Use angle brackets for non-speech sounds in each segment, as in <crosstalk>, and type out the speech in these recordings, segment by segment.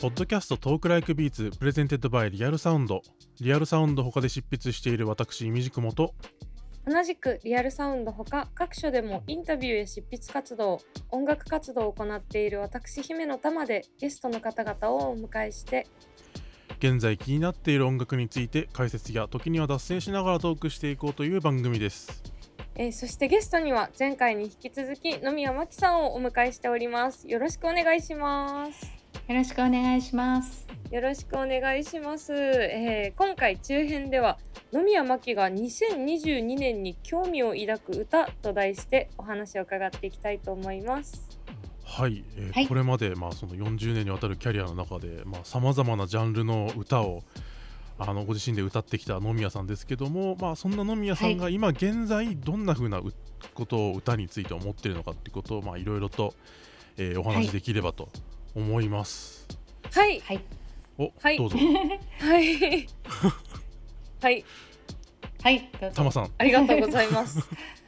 ポッドキャストトークライクビーツプレゼンテッドバイリアルサウンドリアルサウンド他で執筆している私イミジクモと同じくリアルサウンドほか各所でもインタビューや執筆活動音楽活動を行っている私姫の玉でゲストの方々をお迎えして現在気になっている音楽について解説や時には脱線しながらトークしていこうという番組ですえーそしてゲストには前回に引き続き野宮真紀さんをお迎えしておりますよろしくお願いしますよろしくお願いします。よろしくお願いします、えー今回中編では野宮真紀が2022年に興味を抱く歌と題してお話を伺っていきたいと思いますはい、えーはいこれまでまあその40年にわたるキャリアの中でさまざ、まなジャンルの歌をあのご自身で歌ってきた野宮さんですけども、まあ、そんな野宮さんが今現在どんな風なうことを歌について思っているのかってことをまあいろいろと、えーお話しできればと思います。はいはい。お、はいどうぞはい。はい、はい。どうぞタマさん。ありがとうございます。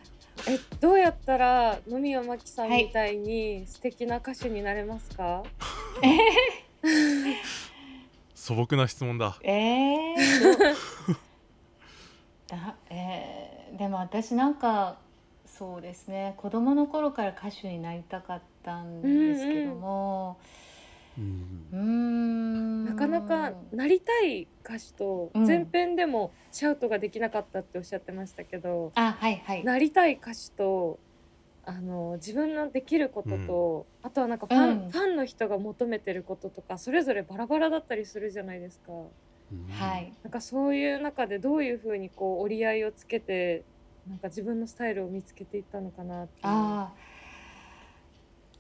<laughs> え、どうやったら野宮真紀さんみたいに素敵な歌手になれますか？素朴な質問だ。えー、どう <laughs> だえーでも私なんかそうですね子供の頃から歌手になりたかったんですけどもうんうーんなかなかなりたい歌手とうん前編でもシャウトができなかったっておっしゃってましたけど、あはいはいなりたい歌手とあの自分のできることと、あとはなんかファン、うんファンの人が求めてることとかそれぞれバラバラだったりするじゃないですか。は。いなんかそういう中でどういうふうにこう折り合いをつけてなんか自分のスタイルを見つけていったのかなっていうあ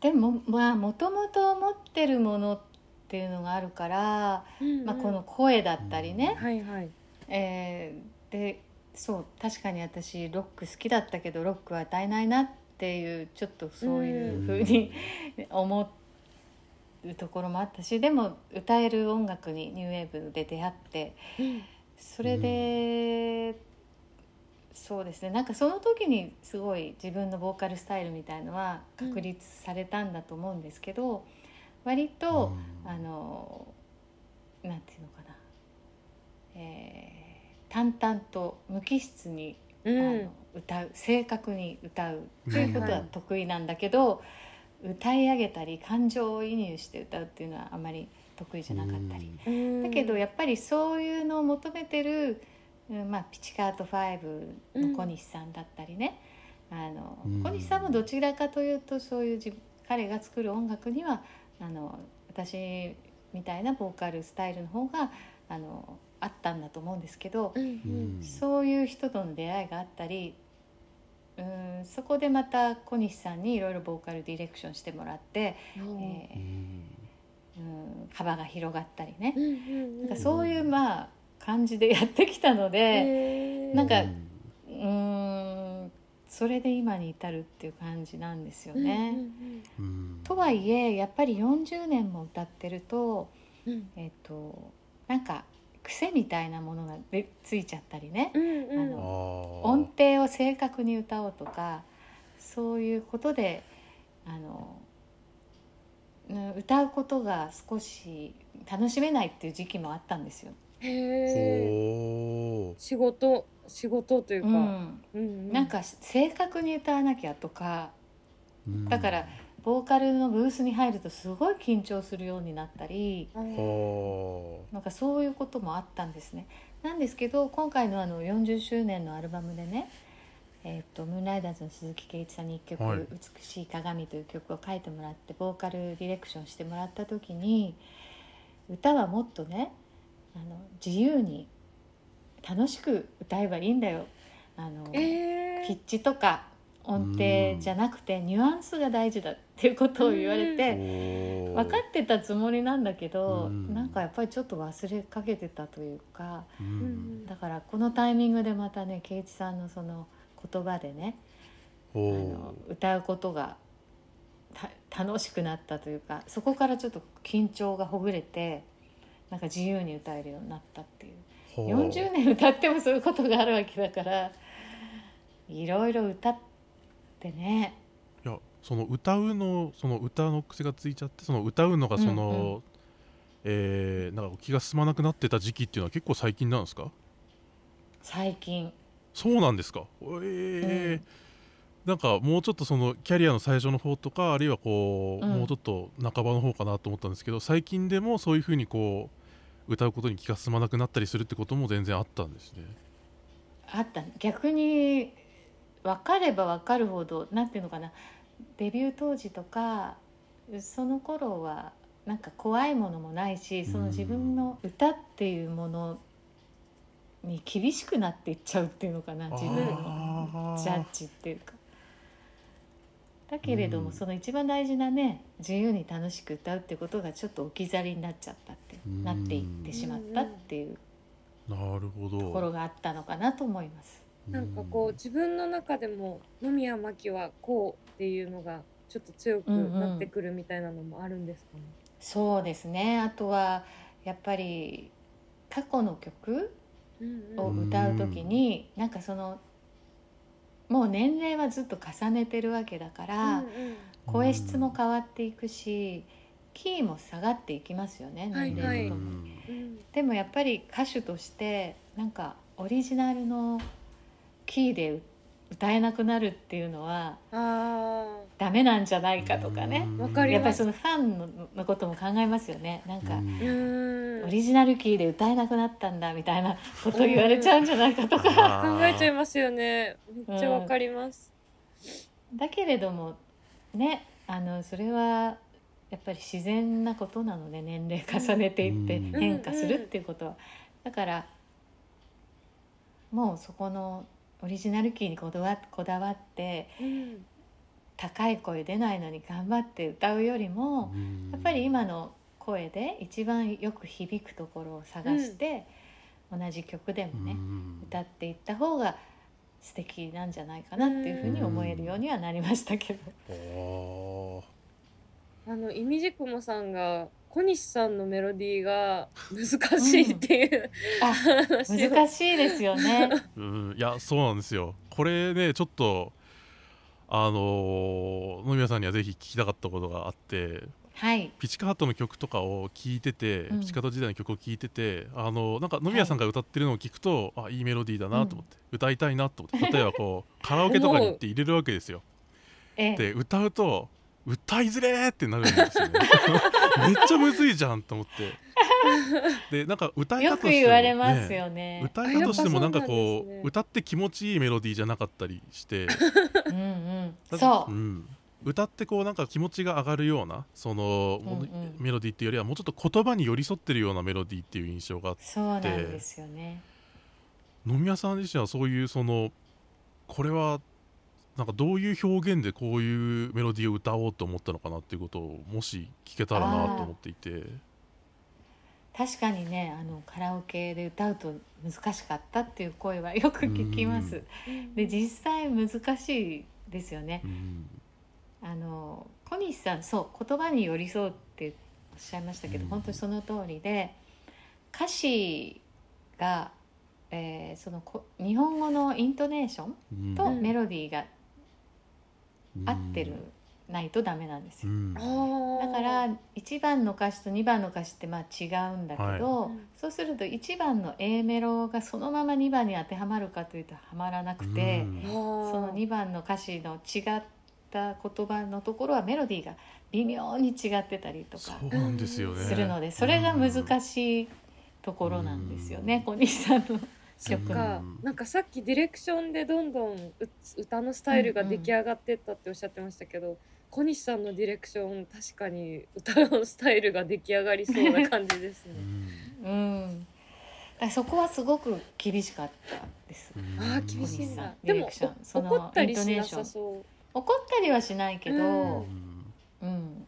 ーでもまあもともと持ってるものっていうのがあるから、うんうんまあ、この声だったりね、はいはいえーでそう確かに私ロック好きだったけどロックは歌えないなっていうちょっとそういうふうに思うところもあったしでも歌える音楽にニューウェーブで出会ってそれで、そうですねなんかその時にすごい自分のボーカルスタイルみたいのは確立されたんだと思うんですけど、割と。あのなんていうのかな、えー淡々と無機質に、うあんの歌う正確に歌ううんということはいははい得意なんだけど、歌い上げたり感情を移入して歌うっていうのはあまり得意じゃなかったり、うんだけどやっぱりそういうのを求めてる、うんまあ、ピチカート5の小西さんだったりね、あのうん小西さんもどちらかというとそういう自彼が作る音楽にはあの私みたいなボーカルスタイルの方があのあったんだと思うんですけど、うんうんそういう人との出会いがあったり。うんそこでまた小西さんにいろいろボーカルディレクションしてもらって、うんうえんーうん幅が広がったりね、うんうんうなんんかそういうまあ感じでやってきたので、へーなんかううーんそれで今に至るっていう感じなんですようんうんね。うんとはいえやっぱり40年も歌ってるとうんえっ、となんか癖みたいなものがでついちゃったりね、うんうんああの音ー程を正確に歌おうとかそういうことであのうん歌うことが少し楽しめないっていう時期もあったんですよ。へほえ仕事仕事というか、うんううんなんか正確に歌わなきゃとかーだからボーカルのブースに入るとすごい緊張するようになったりあーほなんかそういうこともあったんですねなんですけど今回のあの40周年のアルバムでね「えー、とムーンライダーズ」の鈴木圭一さんに1曲「はい美しい鏡」という曲を書いてもらってボーカルディレクションしてもらった時に歌はもっとねあの自由に楽しく歌えばいいんだよ。あのえピッチとか音程じゃなくてニュアンスが大事だっていうことを言われーてほー分かってたつもりなんだけどうんなんかやっぱりちょっと忘れかけてたというかうーうんんだからこのタイミングでまたね圭一さんのその言葉でねあのほ歌うことがた楽しくなったというかそこからちょっと緊張がほぐれてなんか自由に歌えるようになったっていう。ーほー40年歌ってもそういうことがあるわけだからいろいろ歌ってねいやその歌うのその歌の癖がついちゃってその歌うのがその、うんうえーなんか気が進まなくなってた時期っていうのは結構最近なんですか最近そうなんですかえーなんかもうちょっとそのキャリアの最初の方とかあるいはこう、うんもうちょっと半ばの方かなと思ったんですけど最近でもそういうふうにこう歌うことに気が進まなくなったりするってことも全然あったんですね。あった逆に分かれば分かるほどなんていうのかなデビュー当時とかその頃はなんか怖いものもないしその自分の歌っていうものに厳しくなっていっちゃうっていうのかな自分あーのジャッジっていうか。だけれども、うんその一番大事なね自由に楽しく歌うってことがちょっと置き去りになっちゃったって、うんなっていってしまったっていうなるほところど。があったのかなと思います。なんかこう自分の中でも野宮真紀はこうっていうのがちょっと強くなってくるみたいなのもあるんですかね。そうですねあとはやっぱり過去の曲うんをうん歌う時に、なんかそのもう年齢はずっと重ねてるわけだから、声質も変わっていくしキーも下がっていきますよねはい年齢とともに、うんうんでもやっぱり歌手としてなんかオリジナルのキーで歌えなくなるっていうのはあダメなんじゃないかとかね、わかりやっぱまりすそのファンののことも考えますよねなんか。ーうーオんリジナルキーで歌えなくなったんだみたいなこと言われちゃうんじゃないかとか考えちゃいまますよね。めっちゃわかります。だけれどもねあのそれはやっぱり自然なことなので年齢重ねていってうん変化するっていうことはだからもうそこのオリジナルキーにこだわこだわってうん高い声出ないのに頑張って歌うよりも、やっぱり今の声で一番よく響くところを探して、同じ曲でもね、歌っていった方が素敵なんじゃないかなっていうふうに思えるようにはなりましたけど、あのいみじくもさんが小西さんのメロディー <laughs> が難しいっていう、あ話を難しいです <laughs> よねうん、いやそうなんですよこれねちょっとあのー、野宮さんにはぜひ聞きたかったことがあってはいピチカートの曲とかを聴いてて、うんピチカート時代の曲を聴いててあのなんか野宮さんが歌ってるのを聞くと、い、あいいメロディーだなと思って、歌いたいなと思って例えばこうカラオケとかに行って入れるわけですよええで歌うと歌いづれーってなるんです <laughs> よねめっちゃむずいじゃんと思ってでなんか歌い方よとしてくも言われますねよね歌い方としてもなんかこうやっぱそうなんですね歌って気持ちいいメロディーじゃなかったりしてうんうん <laughs> そん、歌ってこうなんか気持ちが上がるようなその、うんうんメロディーっていうよりはもうちょっと言葉に寄り添ってるようなメロディーっていう印象があっうそうなんですよね飲み屋さん自身はそういうそのこれはなんかどういう表現でこういうメロディーを歌おうと思ったのかなっていうことをもし聞けたらなと思っていて確かにねあのカラオケで歌うと難しかったっていう声はよく聞きますで実際難しいですよねうんあの小西さんそう言葉に寄り添うっておっしゃいましたけど、うん本当にその通りで歌詞が、えーそのこ日本語のイントネーションうんとメロディーが合ってる、ないとダメなんですうよ、んだだから1番の歌詞と2番の歌詞ってまあ違うんだけど、はいそうすると1番の A メロがそのまま2番に当てはまるかというとはまらなくて。うんそその2番の歌詞の違った言葉のところはメロディーが微妙に違ってたりとそかうなんですよねするのでそれが難いしいところなんですようんね小西さんのそっ曲かうん、なんかさっきディレクションでどんどんう歌のスタイルが出来上がってったっておっしゃってましたけど、小西さんのディレクション確かに歌のスタイルが出来上がりそうな感じですね。うんだからそこはすごく厳しかったですあー厳しいな。でディレもクションおその怒ったりイントしネーなションさそう。怒ったりはしないけどう、んうん、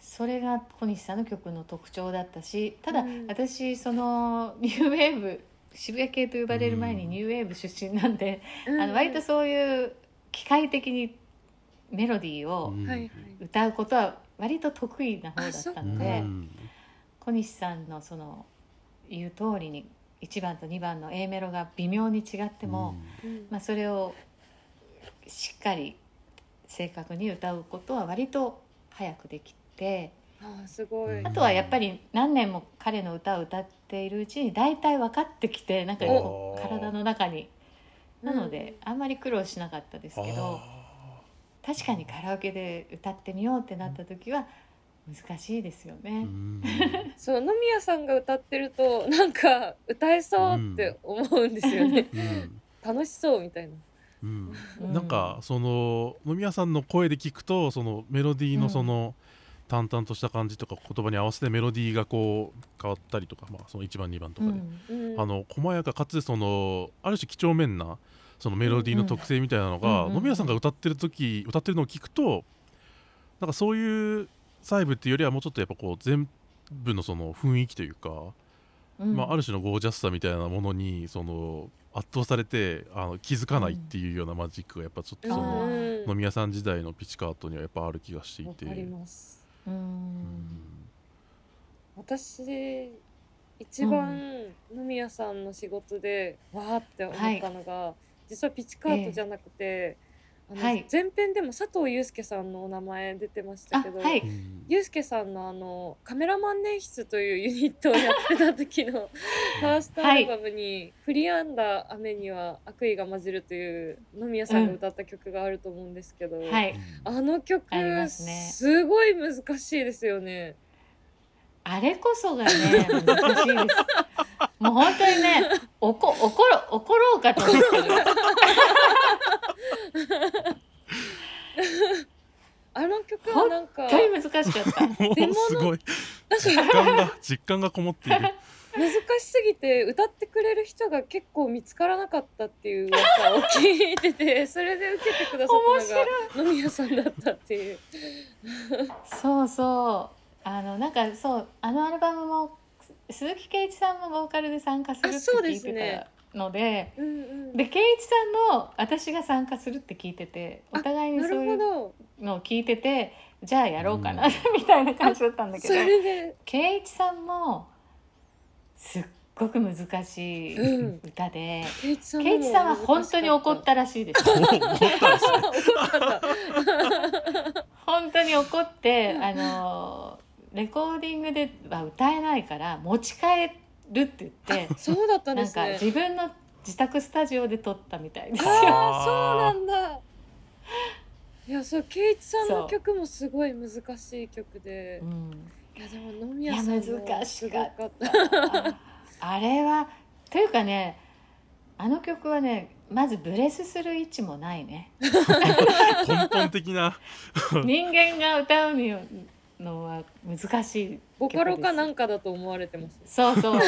それが小西さんの曲の特徴だったしただ、うん私その <laughs> ニューウェーブ渋谷系と呼ばれる前にうんニューウェーブ出身なんで、うんあの割とそういう機械的にメロディーをうんはいはい。歌うことは割と得意な方だあったのでそっか小西さんのその言う通りに1番と2番の A メロが微妙に違っても、うんまあ、それをしっかり正確に歌うことは割と早くできて。あーすごい。うんあとはやっぱり何年も彼の歌を歌っているうちに大体分かってきてなんかこうおー体の中になのうんであんまり苦労しなかったですけどあ確かにカラオケで歌ってみようってなった時は難しいですよーうね。んそう野宮さんが歌ってると <laughs> なんか歌えそうって思うんですよね、うん楽しそうみたいなうんうなんかその飲み屋さんの声で聞くとそのメロディーうのんその淡々とした感じとか言葉に合わせてメロディーがこう変わったりとかまあその1番2番とうかでんうんあの細やかかつそのある種几帳面なそのメロディーの特性みたいなのうんがうん飲み屋さんが歌ってる時歌ってるのを聞くとなんかそういう細部っていうよりはもうちょっとやっぱこう全部のその雰囲気というかうんまあ、ある種のゴージャスさみたいなものにその圧倒されてあの気づかないっていうようなマジックがやっぱちょっとそのあうん飲み屋さん時代のピチカートにはやっぱある気がしていわて。かりますうんうん私一番野宮さんの仕事でわーって思ったのが、実はピチカートじゃなくて、あのはい前編でも佐藤祐介さんのお名前出てましたあけど、はういんゆうすけさんのあのカメラマン年筆という <laughs> ユニットをやってた時 <laughs> のファーストアルバムに「降りやんだ雨には悪意が混じる」という野宮さんが歌った曲があると思うんですけど、はいあの曲ありますねすごい難しいですよね。あれこそがね難しいです。もう本当にねおこ怒ろ怒ろうかと思ってる。あの曲はなんか本当に難しかった。も <laughs> うすごい実感が実感がこもっている。難しすぎて歌ってくれる人が結構見つからなかったっていう噂を聞いて <laughs> てそれで受けてくださったのが野宮さんだったっていう。そうそうあのなんかそうあのアルバムもす鈴木圭一さんもボーカルで参加するってあそう聞でいすてねたのでうんうん、で圭一さんも私が参加するって聞いててお互いになそるういほうどのを聞いててじゃあやろうかな、うんみたいな感じだったんだけそどれで、圭一さんもすっごく難しいうん、歌でケイチさん圭一さんは本当に怒っ。たらしいです。お思ったんですね怒った。 <laughs> 本当に怒ってあのレコーディングでは歌えないから持ち帰るって言って <laughs> そうだったんなでんすかね。自分の自宅スタジオで撮ったみ <laughs> たいですよ。ああ、そうなんだ。いや、そう、ケイチさんそのう曲もすごい難しい曲でう。ん、いや、でも、飲みい屋やさんも難すごしかっかった。た。あれはというかねあの曲はねまずブレスする位置もないね。 <laughs> 根本的な。人間が歌うのは難しい。ボカロかなんかだと思われてます。そう <laughs> そう。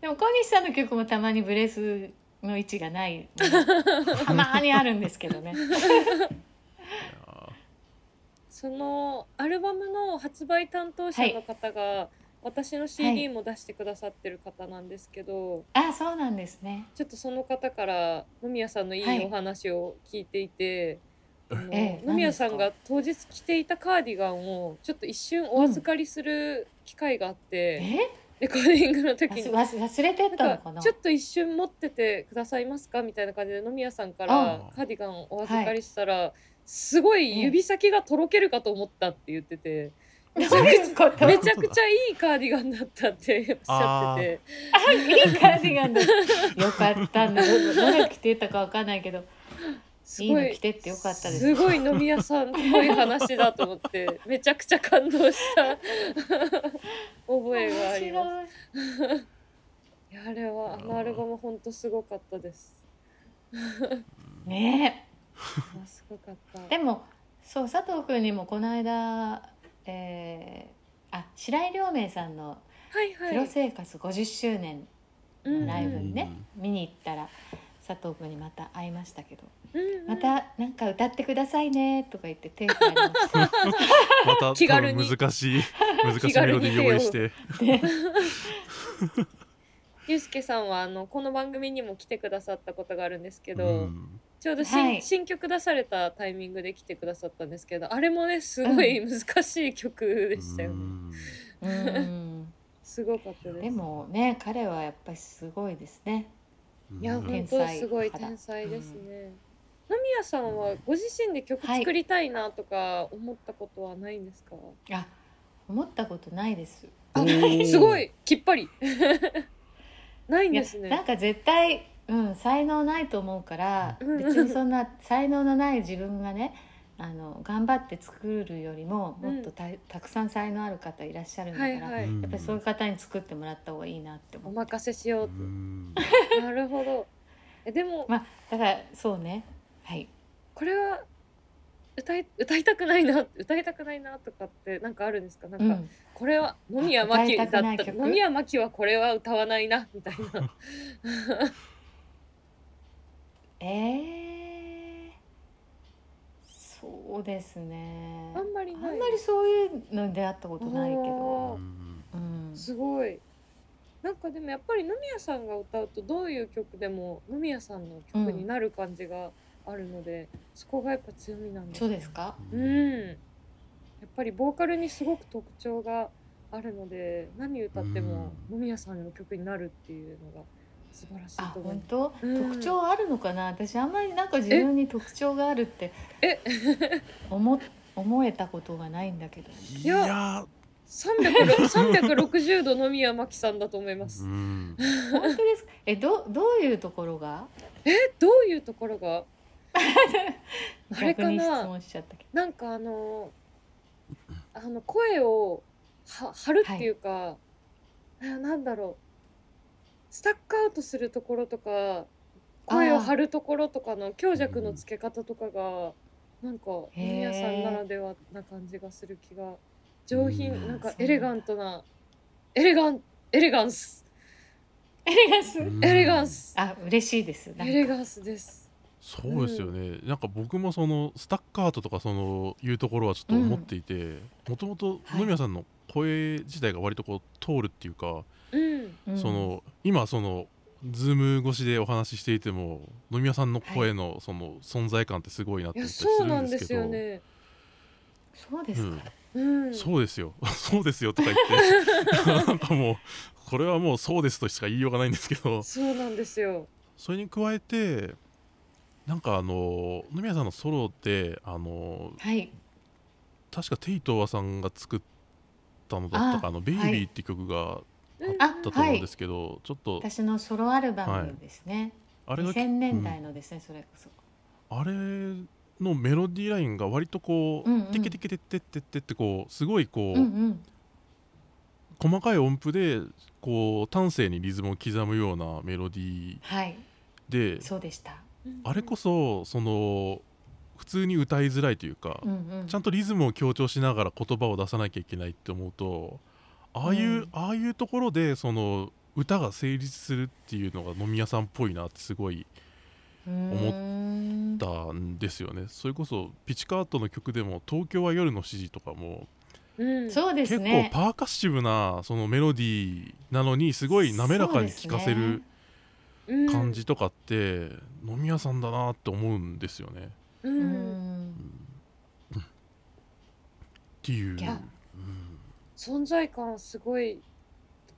でも小西さんの曲もたまにブレスの位置がないものたまにあるんですけど <laughs> ね。そのアルバムの発売担当者の方が、私の CD も出してくださってる方なんですけど、あ、そうなんですね。ちょっとその方から野宮さんのいはいいお話を聞いていて、あのええ野宮さん何が当日着ていたカーディガンをちょっと一瞬お預かりする機会があって、え、レコーディングの時忘に。忘忘れてったなのんかかな。ちょっと一瞬持っててくださいますかみたいな感じで野宮さんからあカーディガンをお預かりしたら、すごい指先がとろけるかと思ったって言ってて、どういうこと。めちゃくちゃいいカーディガンだったっておっしゃっててあいいカーディガンだ。 <laughs> よかったんだ。どどれ着てたかわかんないけど、すいいごのい着てってよかったです。すごい飲み屋さんっぽい話だと思 <laughs> ってめちゃくちゃ感動した覚えがありま面白い。すいやあれはあのアルバムほんとすごかったですねえ。あすごかったでもそう佐藤君にもこの間、えーあ白井亮明さんのはい「はプロい生活50周年」のライブにね、見に行ったら佐藤君にまた会いましたけどうんうん「またなんか歌ってくださいね」とか言って手振られましたまた気多軽分に難し <laughs> い難し気いメ軽ロにディー用意して。ゆうすけさんはあのこの番組にも来てくださったことがあるんですけど、うんちょうど新,、はい新曲出されたタイミングで来てくださったんですけどあれもねすごい難しい曲でしたよね、うんうんすごかったですでもね彼はやっぱりすごいですねいうやん本天当才すごい肌天才ですね。宮さんはご自身で曲作りたいなとか思ったことはないんですか、あ思ったことないですあすごいきっぱ <laughs> りないんいやですなんねか絶対、うん、才能ないと思うからうん別にそんな才能のない自分がねあの頑張って作るよりももっとた,、たくさん才能ある方いらっしゃるんだかはいはら、い、うんやっぱりそういう方に作ってもらった方がいいなって思おう、任せしよううーんとなるほどえでもまあだからそうねはいこれは歌い歌いたくないな歌いたくないなとかってなんかあるんですかなんか、うんこれは野宮真紀だっ歌たいたくない曲野宮真紀はこれは歌わないなみたいなえー、そうですねあんまりないあんまりそういうのに出会ったことないけおど、ーうんうん、すごいなんかでもやっぱり野宮さんが歌うとどういう曲でも野宮さんの曲になる感じがあるので、そこがやっぱ強みなんですそうねですかうんやっぱりボーカルにすごく特徴があるので何歌っても野宮さんの曲になるっていうのが素晴らしいあと思い本ます。当、うん特徴あるのかな私あんまりなんか自分に特徴があるってえ <laughs> 思思えたことがないんだけどいやや360 360度野宮真紀さんだと思いまうす。ん本当ですかえどどういうところがえどういうところ <laughs> があれか逆なに質問しちゃったけなんかあのあの声をは張るっていうか、あなんだろうスタックアウトするところとか声を張るところとかの強弱のつけ方とかがなんかへー飲み屋さんならではな感じがする気が上品、うんなんかそうなんだエレガントなエレガンエレガンスどエ <laughs> レガンスうんエレガンス、あ嬉しいですなんエかレガンスです。そうですよね、なんか僕もそのスタッカートとかそのいうところはちょっと思っていてもともとはい野宮さんの声自体が割とこう通るっていうか、うん、うんその今そのズーム越しでお話ししていても野宮さんの声のその存在感ってすごいなっいて思やったそうなんりするんでですすけどよね。そうですか、うんうん、そうですよ <laughs> そうですよとか言ってなんかもうこれはもうそうですとしか言いようがないんですけどそうなんですよ。それに加えてなんかあの野宮さんのソロであのはい確かテイトワさんが作ったのだったかああの「ベイビー」って曲がうんあだと思うんですけど、ちょっと私のソロアルバムですね、あれが2000年代のですね、それこそあれのメロディーラインが割とこう、うんうんテケテケテッテッテッテってこうすごいこう、うんうん細かい音符でこう端正にリズムを刻むようなメロディーはいでそうでしたあれこそその普通に歌いづらいというか、うんうんちゃんとリズムを強調しながら言葉を出さなきゃいけないって思うとああいう、うんああいうところでその歌が成立するっていうのが飲み屋さんっぽいなってすごい思った思だんですよねそれこそピチカートの曲でも「東京は夜の7時」とかもうん、そうです結ね構パーカッシブなそのメロディーなのにすごい滑らかに聴かせるうん感、じとかって飲み屋さんだなって思うんですよね。う、そうですねうんんうんっていう。いやうん存在感すごい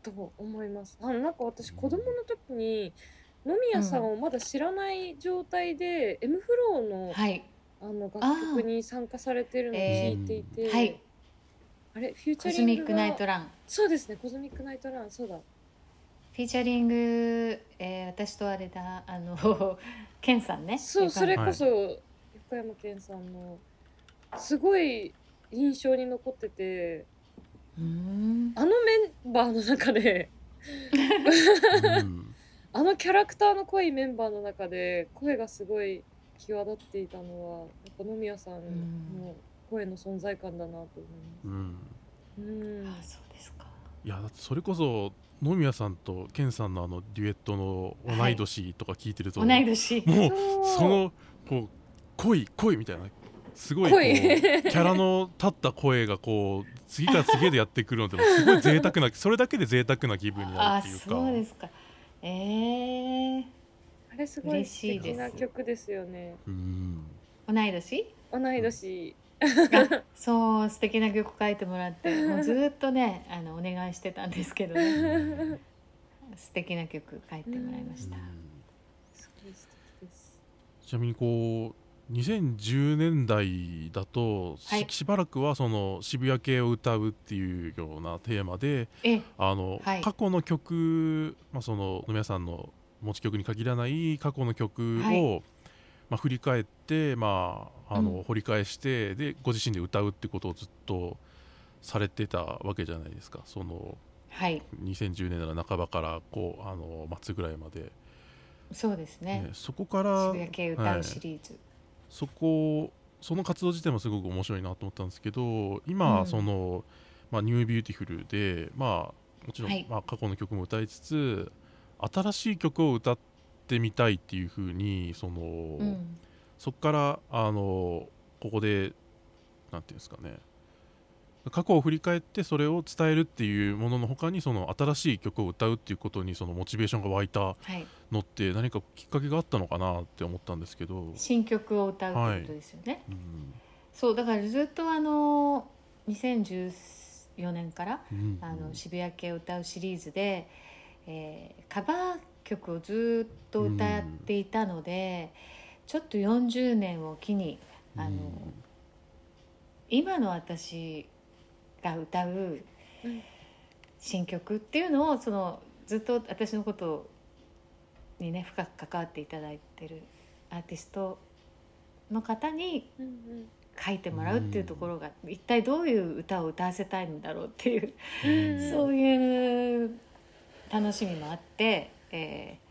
と思いますあのなんか私子供の時に野宮さんをまだ知らない状態で、M フローの,、はいあの楽曲に参加されてるのを聞いていて、えーはいあれフュー「チコャズリングミックナイトランランそうですねコズミックナイトランそうだ」フィーチャリング、えー、私とあれだあの <laughs> ケンさんねそうそれ横こそ横山健さんのすごい印象に残っててうーんあのメンバーの中でうんあのキャラクターの濃いメンバーの中で声がすごい際立っていたのはやっぱ野宮さんの声の存在感だなと思いまうんす。うん、あそうですかいやだってそれこそ野宮さんと健さんのあのデュエットの同い年とか聞いてると、同い年 <laughs> もうそうそのこう恋恋みたいなすごいこう恋キャラの立った声がこう次から次へでやってくるのでもすごい贅沢なそれだけで贅沢な気分にな <laughs> あるっていうかそうですかえー、 <laughs> あれすごい嬉し素いで敵すな曲ですよね。うん同い年同い年。あそう素敵な曲書いてもらってもうずーっとねあのお願いしてたんですけど、うね、ん素敵な曲書いてもらいました、すごい素敵です。ちなみにこう2010年代だと、しはいしばらくはその渋谷系を歌うっていうようなテーマでえあの、はい過去の曲、まあ、その野宮さんの持ち曲に限らない過去の曲を、はいまあ、振り返って、まああのうん掘り返してでご自身で歌うってことをずっとされてたわけじゃないですかそのはい2010年代の半ばからこうあの末ぐらいまで、そうですねねそこから渋谷系歌うシリーズ、そこその活動自体もすごく面白いなと思ったんですけど今、うんその、まあ、ニュービューティフルで、まあ、もちろん、はいまあ、過去の曲も歌いつつ新しい曲を歌ってみたいっていうふうにその、うんそこからあのここでなんていうんですかね過去を振り返ってそれを伝えるっていうもののほかにその新しい曲を歌うっていうことにそのモチベーションが湧いたはい、のって何かきっかけがあったのかなって思ったんですけど。新曲を歌うってことですよね、うんそうだからずっとあの2014年からうんあの渋谷系を歌うシリーズで、えーカバー曲をずっと歌っていたので、ちょっと40年を機にあの今の私が歌ううん新曲っていうのをそのずっと私のことにね深く関わっていただいてるアーティストの方にうんうん書いてもらうっていうところが、一体どういう歌を歌わせたいんだろうっていううんそういう楽しみもあって、えー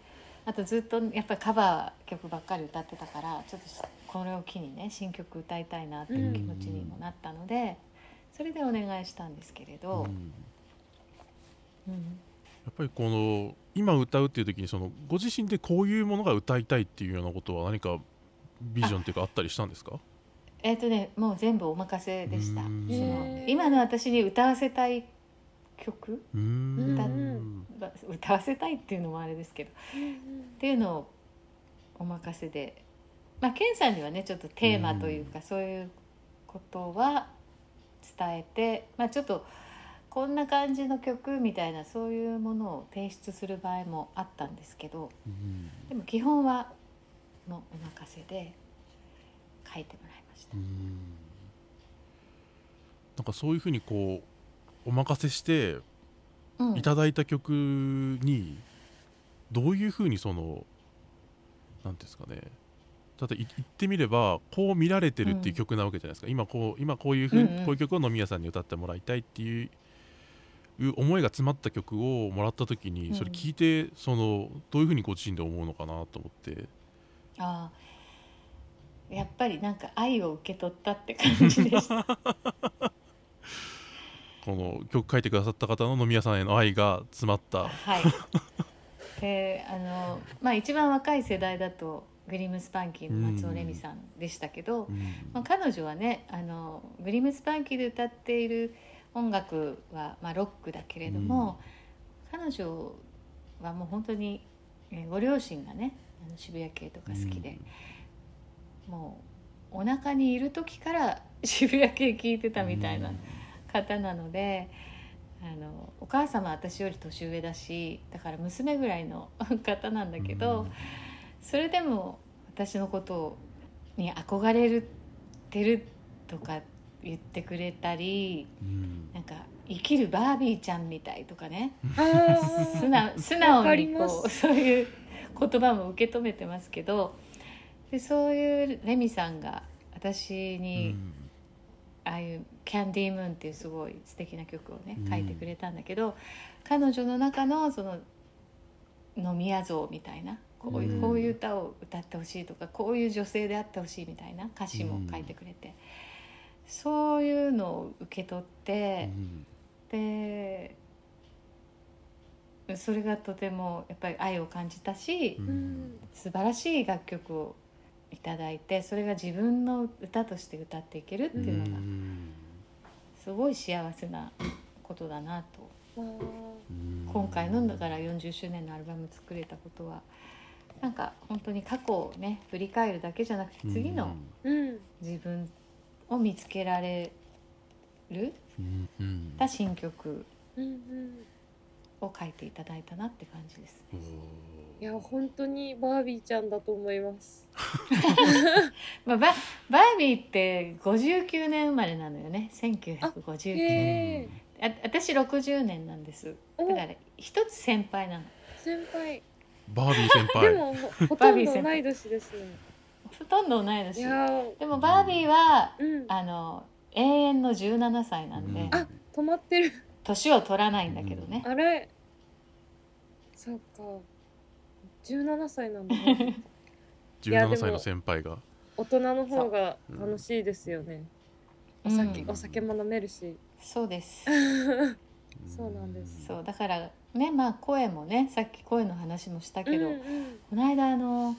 あとずっとやっぱりカバー曲ばっかり歌ってたからちょっとこれを機にね新曲歌いたいなっていう気持ちにもなったので、それでお願いしたんですけれどう、んうんやっぱりこの今歌うっていう時にそのご自身でこういうものが歌いたいっていうようなことは何かビジョンっていうかあったりしたんですかえっ、とねもう全部お任せでした。うそんの今の私に歌わせたい曲うーん歌っば歌わせたいっていうのもあれですけどっていうのをお任せで、まあ、ケンさんにはねちょっとテーマというか、そういうことは伝えて、まあ、ちょっとこんな感じの曲みたいなそういうものを提出する場合もあったんですけどうんでも基本はもうお任せで書いてもらいましたう。んなんかそういうふうにこうお任せしてうんいただいた曲にどういうふうにそのなんていうんですかねただい言ってみればこう見られてるっていう曲なわけじゃないですか、今こう今こういうふうにうんうんこういう曲を飲み屋さんに歌ってもらいたいっていういう思いが詰まった曲をもらった時にそれ聞いてそのどういうふうにご自身で思うのかなと思ってああやっぱりなんか愛を受け取ったって感じでしたこの曲書いてくださった方の飲み屋さんへの愛が詰まった。はい。で、あの、まあ、一番若い世代だと、グリムスパンキーの松尾レミさんでしたけど。うんまあ、彼女はね、あの、グリムスパンキーで歌っている音楽は、まあ、ロックだけれども。彼女はもう本当に、えーご両親がね、あの渋谷系とか好きで、もう。お腹にいる時から渋谷系聴いてたみたいな方なのであのお母様は私より年上だしだから娘ぐらいの <laughs> 方なんだけど、それでも私のことに憧れてるとか言ってくれたりうん、なんか生きるバービーちゃんみたいとかねあ素ー <laughs> 直素直にわかりまこうすそういう言葉も受け止めてますけどでそういうレミさんが私うにんああいう「キャンディームーン」っていうすごい素敵な曲をねうん書いてくれたんだけど、彼女の中のその飲み屋像みたいなこういう,、うんこういう歌を歌ってほしいとかこういう女性であってほしいみたいな歌詞も書いてくれて、そういうのを受け取って、でそれがとてもやっぱり愛を感じたし、うんうん素晴らしい楽曲をいただいてそれが自分の歌として歌っていけるっていうのが。すごい幸せなことだなと今回のだから40周年のアルバム作れたことはなんか本当に過去をね振り返るだけじゃなくて次のうん自分を見つけられるうんうんた新曲うんうんを書いていただいたなって感じですね。いや本当にバービーちゃんだと思います。まあ、ババービーって59年生まれなのよね1959へ年えあ私60年なんですだおから一つ先輩なの先輩、バービー先輩でもほほバとービんー先ど輩同い年ですね。ほとんど同いい年やーでもバービーはうんあの永遠の17歳なんうでんあ止まってる <laughs> 年、を取らないんだけどね、あれそっか17歳なんだ、ね、17やでも歳の先輩が大人の方が楽しいですよね。お酒、うんお酒も飲めるし。そうですそうなんですそうだからねまあ声もねさっき声の話もしたけど、うんうんこの間あの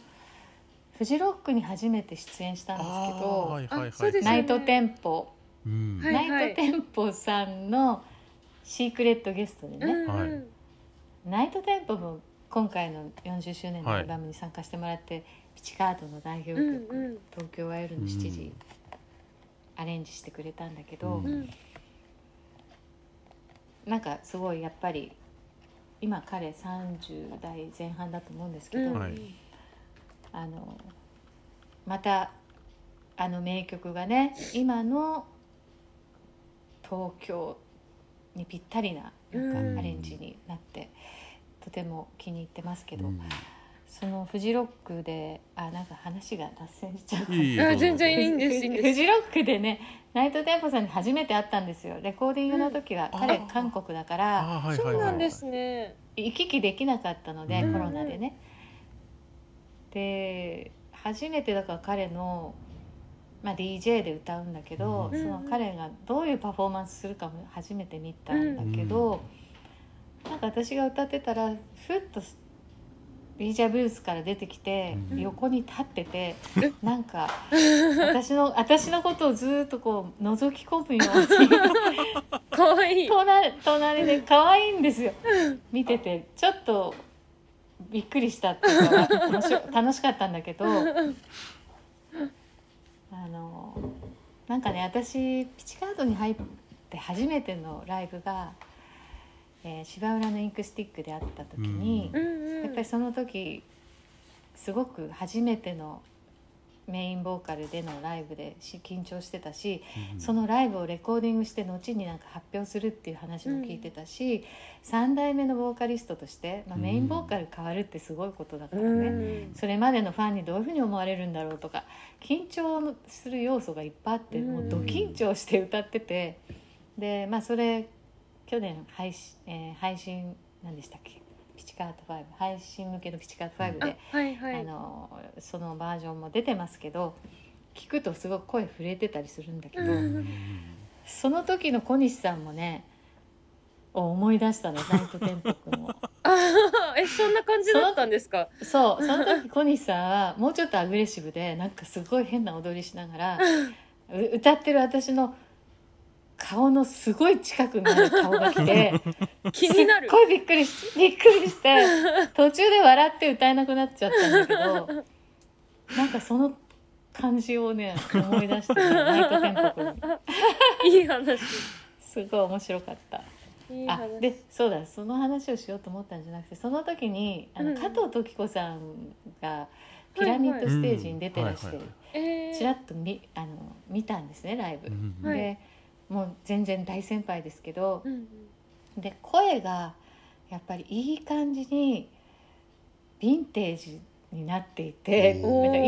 フジロックに初めて出演したんですけあーどはいはいはいあそうですナイト店舗うんはいナイト店舗さんのシークレットゲストでうんね、うんはいナイト店舗も今回の40周年のはいアルバムに参加してもらって、ピチカートの代表曲「うんうん東京は夜の7時」うんアレンジしてくれたんだけど、ううんなんかすごいやっぱり今彼30代前半だと思うんですけうど、んはいあのまたあの名曲がね今の東京にぴったりななんうんかアレンジになって、とても気に入ってますけど、うんそのフジロックであなんか話が脱線しちゃうかもいいあどうぞ全然いいフジですいいんですフジロックでねナイトテンポさんに初めて会ったんですよレコーディングの時は、うん彼あー韓国だからあーはいそはいうはいなんですね。行き来できなかったので、うんコロナでね。で初めてだから彼の、まあ、DJ で歌うんだけど、うんその彼がどういうパフォーマンスするかも初めて見たんだけど、なんか私が歌ってたらふっと DJ ブースから出てきて、うん横に立っててえなんか私の私のことをずーっとこう覗き込むように。可 <laughs> 愛いい。隣隣で可愛いんですよ見ててちょっとびっくりしたっていうか楽し楽しかったんだけどあのなんかね私ピチカートに入って初めてのライブが、えー芝浦のインクスティックであった時にう、んうん。やっぱりその時すごく初めてのメインボーカルでのライブでし緊張してたし、うんそのライブをレコーディングして後になんか発表するっていう話も聞いてたし、3代目のボーカリストとして、まあ、うんメインボーカル変わるってすごいことだからうね、んそれまでのファンにどういうふうに思われるんだろうとか緊張する要素がいっぱいあって、うんもうド緊張して歌っててでまあそれ去年配信,、えー配信何でしたっけピチカート5配信向けのピチカート5で、あはいはあい。のそのバージョンも出てますけど聞くとすごく声震えてたりするんだけど。うんその時の小西さんもねを思い出したのナイトテンポ君 <laughs> をあー <laughs> えそんな感じだったんですか。そうその時小西さんはもうちょっとアグレッシブでなんかすごい変な踊りしながらう歌ってる私の顔のすごい近くにある顔が来て <laughs> 気になるす。っごいびっくりしびっくりして途中で笑って歌えなくなっちゃったんだけどなんかその感じをね思い出して、ね、ナイトテンポ君いい話。すごい面白かった。いいあ話。でそうだその話をしようと思ったんじゃなくてその時にあの、うん加藤時子さんがピラミッドステージに出てらして、うんはいえーちらっと見あの見たんですねライブ。うんはいでもう全然大先輩ですけどう、んうんで声がやっぱりいい感じにヴィンテージになっていておーなんか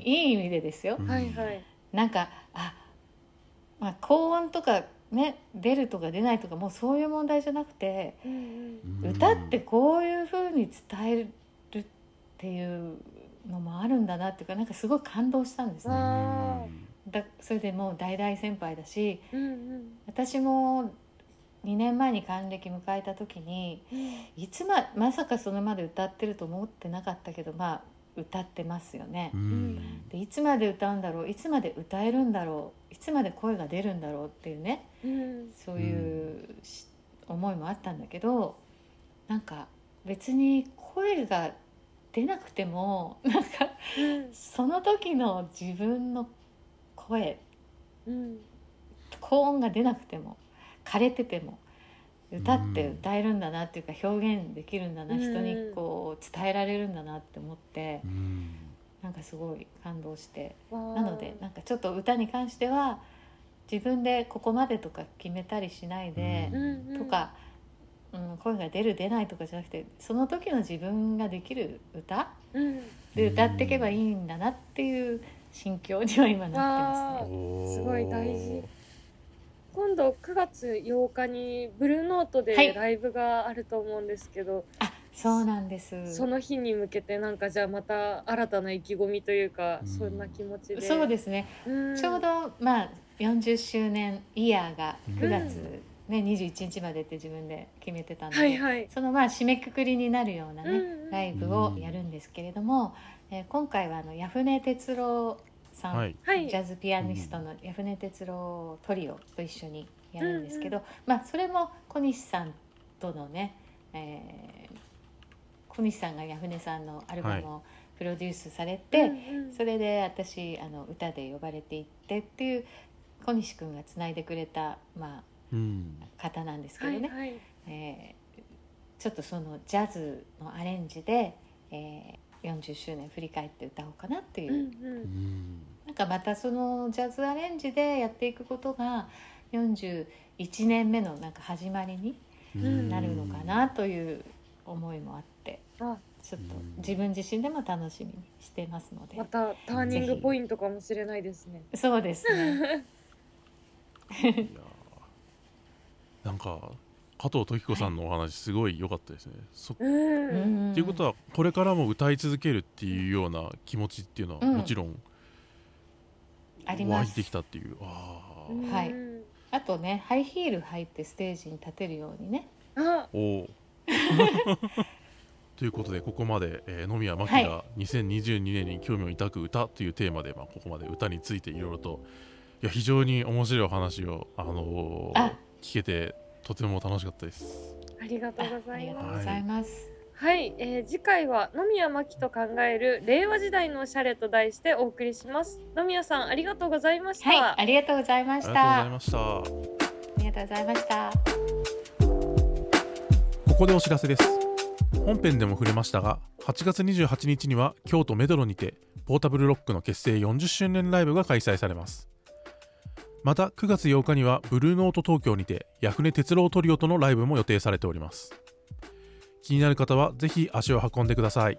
いいいい意味でですよ。うんはいはい。なんかあ、まあ、高音とかね出るとか出ないとかもうそういう問題じゃなくて。うんうんうん歌ってこういう風に伝えるっていうのもあるんだなっていうかなんかすごい感動したんですね。あだそれでもう大大先輩だしうんうん私も2年前に還暦迎えた時にうんいつままさかそれまで歌ってると思ってなかったけどまあ歌ってますよねう。んでいつまで歌うんだろういつまで歌えるんだろういつまで声が出るんだろうっていうねうんそういうし思いもあったんだけどなんか別に声が出なくてもなんかうんその時の自分の声うん高音が出なくても枯れてても歌って歌えるんだなっていうか表現できるんだな、うん人にこう伝えられるんだなって思ってうんなんかすごい感動してななのでなんかちょっと歌に関しては自分でここまでとか決めたりしないで、とか、うん、声が出る出ないとかじゃなくてその時の自分ができる歌うんで歌っていけばいいんだなっていう心境には今なってますね。おーすごい大事今度9月8日にブルーノートではいライブがあると思うんですけど、あそうなんですその日に向けてなんかじゃあまた新たな意気込みというか、うんそんな気持ちでそうですねうんちょうど、まあ、40周年イヤーがうん9月、ね21日までって自分で決めてたので、はいはい、そのまあ締めくくりになるようなね、うんうんライブをやるんですけれども、えー今回はあの矢船哲郎さん、はいはいジャズピアニストの矢船哲郎トリオと一緒にやるんですけど、まあ、それも小西さんとのね、えー小西さんが矢船さんのアルバムをプロデュースされて、うんうんそれで私あの歌で呼ばれていってっていう小西君がつないでくれた、まうんあ、方なんですけどね、はいはいえーちょっとそのジャズのアレンジで、えー40周年振り返って歌おうかなっていう、うんううんんなんかまたそのジャズアレンジでやっていくことが41年目のなんか始まりにうんなるのかなという思いもあって、あちょっとうん自分自身でも楽しみにしてますのでま、たターニングポイントかもしれないですねそうです <laughs> ね。いやーなんか加藤時子さんのお話すごい良かったですね。そっうん、んていうことはこれからも歌い続けるっていうような気持ちっていうのはうんもちろんあり湧まいすてきたっていう。あうんはいあとねハイヒール履いてステージに立てるようにねあーおー <laughs> ということでここまで、えー、野宮真は紀いが2022年に興味を抱く歌というテーマで、まあ、ここまで歌についていろいろといや非常に面白いお話を、あのーあ聞けてとても楽しかったです。ありがとうございあまりがすとうございます、はい、えー次回は野宮真紀と考える令和時代のおしゃれと題してお送りします野宮さんありがとうございました、はい、ありがとうございまありしがとうごたざいました。ありがとうございましたここでお知らせです本編でも触れましたが8月28日には京都メドロにてポータブルロックの結成40周年ライブが開催されますまた9月8日にはブルーノート東京にてヤフネ哲郎トリオとのライブも予定されております気になる方はぜひ足を運んでください